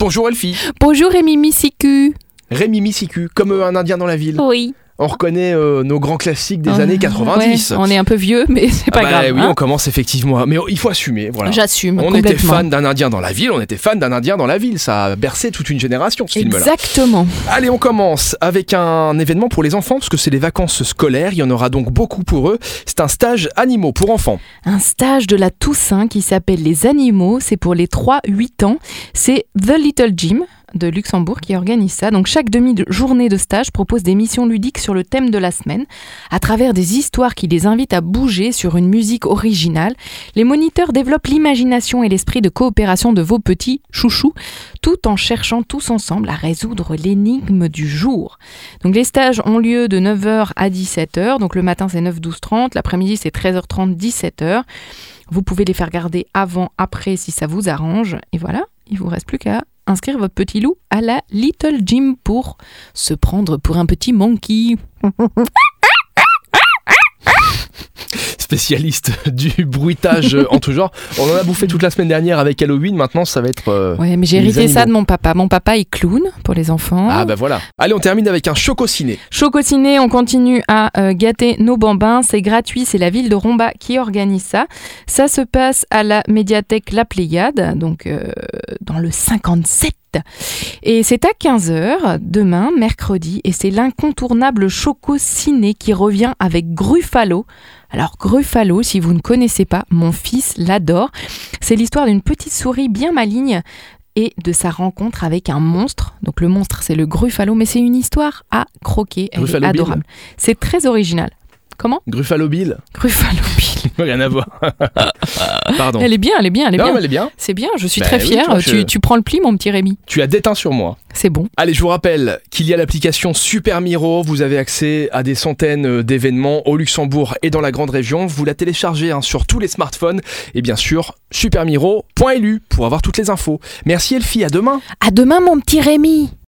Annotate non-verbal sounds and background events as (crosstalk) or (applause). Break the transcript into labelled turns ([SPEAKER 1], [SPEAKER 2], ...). [SPEAKER 1] Bonjour Elfie.
[SPEAKER 2] Bonjour Rémi Missicu.
[SPEAKER 1] Rémi Missicu, comme euh, un indien dans la ville.
[SPEAKER 2] Oui.
[SPEAKER 1] On reconnaît euh, nos grands classiques des années 90.
[SPEAKER 2] Oh, on est un peu vieux, mais c'est pas
[SPEAKER 1] Ah bah
[SPEAKER 2] grave.
[SPEAKER 1] oui,
[SPEAKER 2] hein.
[SPEAKER 1] on commence effectivement. à- Mais il faut assumer, voilà.
[SPEAKER 2] J'assume
[SPEAKER 1] On
[SPEAKER 2] complètement.
[SPEAKER 1] était fan d'un indien dans la ville, on était fan d'un indien dans la ville. Ça a bercé toute une génération ce film-là.
[SPEAKER 2] Exactement.
[SPEAKER 1] Allez, on commence avec un événement pour les enfants, parce que c'est les vacances scolaires, il y en aura donc beaucoup pour eux. C'est un stage animaux pour enfants.
[SPEAKER 2] Un stage de la Toussaint qui s'appelle Les Animaux, c'est pour les 3-8 ans. C'est The Little Gym de Luxembourg qui organise ça. Donc chaque demi-journée de stage propose des missions ludiques sur le thème de la semaine, à travers des histoires qui les invitent à bouger sur une musique originale. Les moniteurs développent l'imagination et l'esprit de coopération de vos petits chouchous, tout en cherchant tous ensemble à résoudre l'énigme du jour. Donc les stages ont lieu de 9h à 17h. Donc le matin c'est 9-12-30, l'après-midi c'est 13h30, 17h. Vous pouvez les faire garder avant, après si ça vous arrange. Et voilà, il vous reste plus qu'à inscrire votre petit loup à la Little Gym pour se prendre pour un petit monkey.
[SPEAKER 1] Spécialiste (laughs) du bruitage euh, en tout genre. On en a bouffé toute la semaine dernière avec Halloween, maintenant ça va être... euh,
[SPEAKER 2] Ouais, mais j'ai
[SPEAKER 1] Les
[SPEAKER 2] hérité ça de
[SPEAKER 1] animaux.
[SPEAKER 2] mon papa. Mon papa est clown pour les enfants.
[SPEAKER 1] Ah bah voilà. Allez, on termine avec un choco-ciné.
[SPEAKER 2] Chocotiné, on continue à euh, gâter nos bambins. C'est gratuit, c'est la ville de Romba qui organise ça. Ça se passe à la médiathèque La Pléiade, donc euh, dans le 57. Et c'est à 15h, demain, mercredi, et c'est l'incontournable Choco-Ciné qui revient avec Gruffalo. Alors Gruffalo, si vous ne connaissez pas, mon fils l'adore. C'est l'histoire d'une petite souris bien maligne et de sa rencontre avec un monstre. Donc le monstre, c'est le Gruffalo, mais c'est une histoire à croquer. Elle
[SPEAKER 1] Gruffalo
[SPEAKER 2] est
[SPEAKER 1] Bill.
[SPEAKER 2] adorable. C'est très original. Comment
[SPEAKER 1] Gruffalo Bill.
[SPEAKER 2] Gruffalo Bill.
[SPEAKER 1] (laughs) Rien à voir. (laughs) Pardon.
[SPEAKER 2] Elle est bien, elle est bien, elle est
[SPEAKER 1] non,
[SPEAKER 2] bien.
[SPEAKER 1] mais elle est bien.
[SPEAKER 2] C'est bien, je suis
[SPEAKER 1] Bah
[SPEAKER 2] très
[SPEAKER 1] oui,
[SPEAKER 2] fière.
[SPEAKER 1] toi, je-
[SPEAKER 2] tu, tu prends le pli, mon petit Rémi.
[SPEAKER 1] Tu as déteint sur moi.
[SPEAKER 2] C'est bon.
[SPEAKER 1] Allez, je vous rappelle qu'il y a l'application Super Miro. Vous avez accès à des centaines euh, d'événements au Luxembourg et dans la grande région. Vous la téléchargez hein, sur tous les smartphones. Et bien sûr, supermiro.lu pour avoir toutes les infos. Merci Elfie, à demain.
[SPEAKER 2] À demain, mon petit Rémi.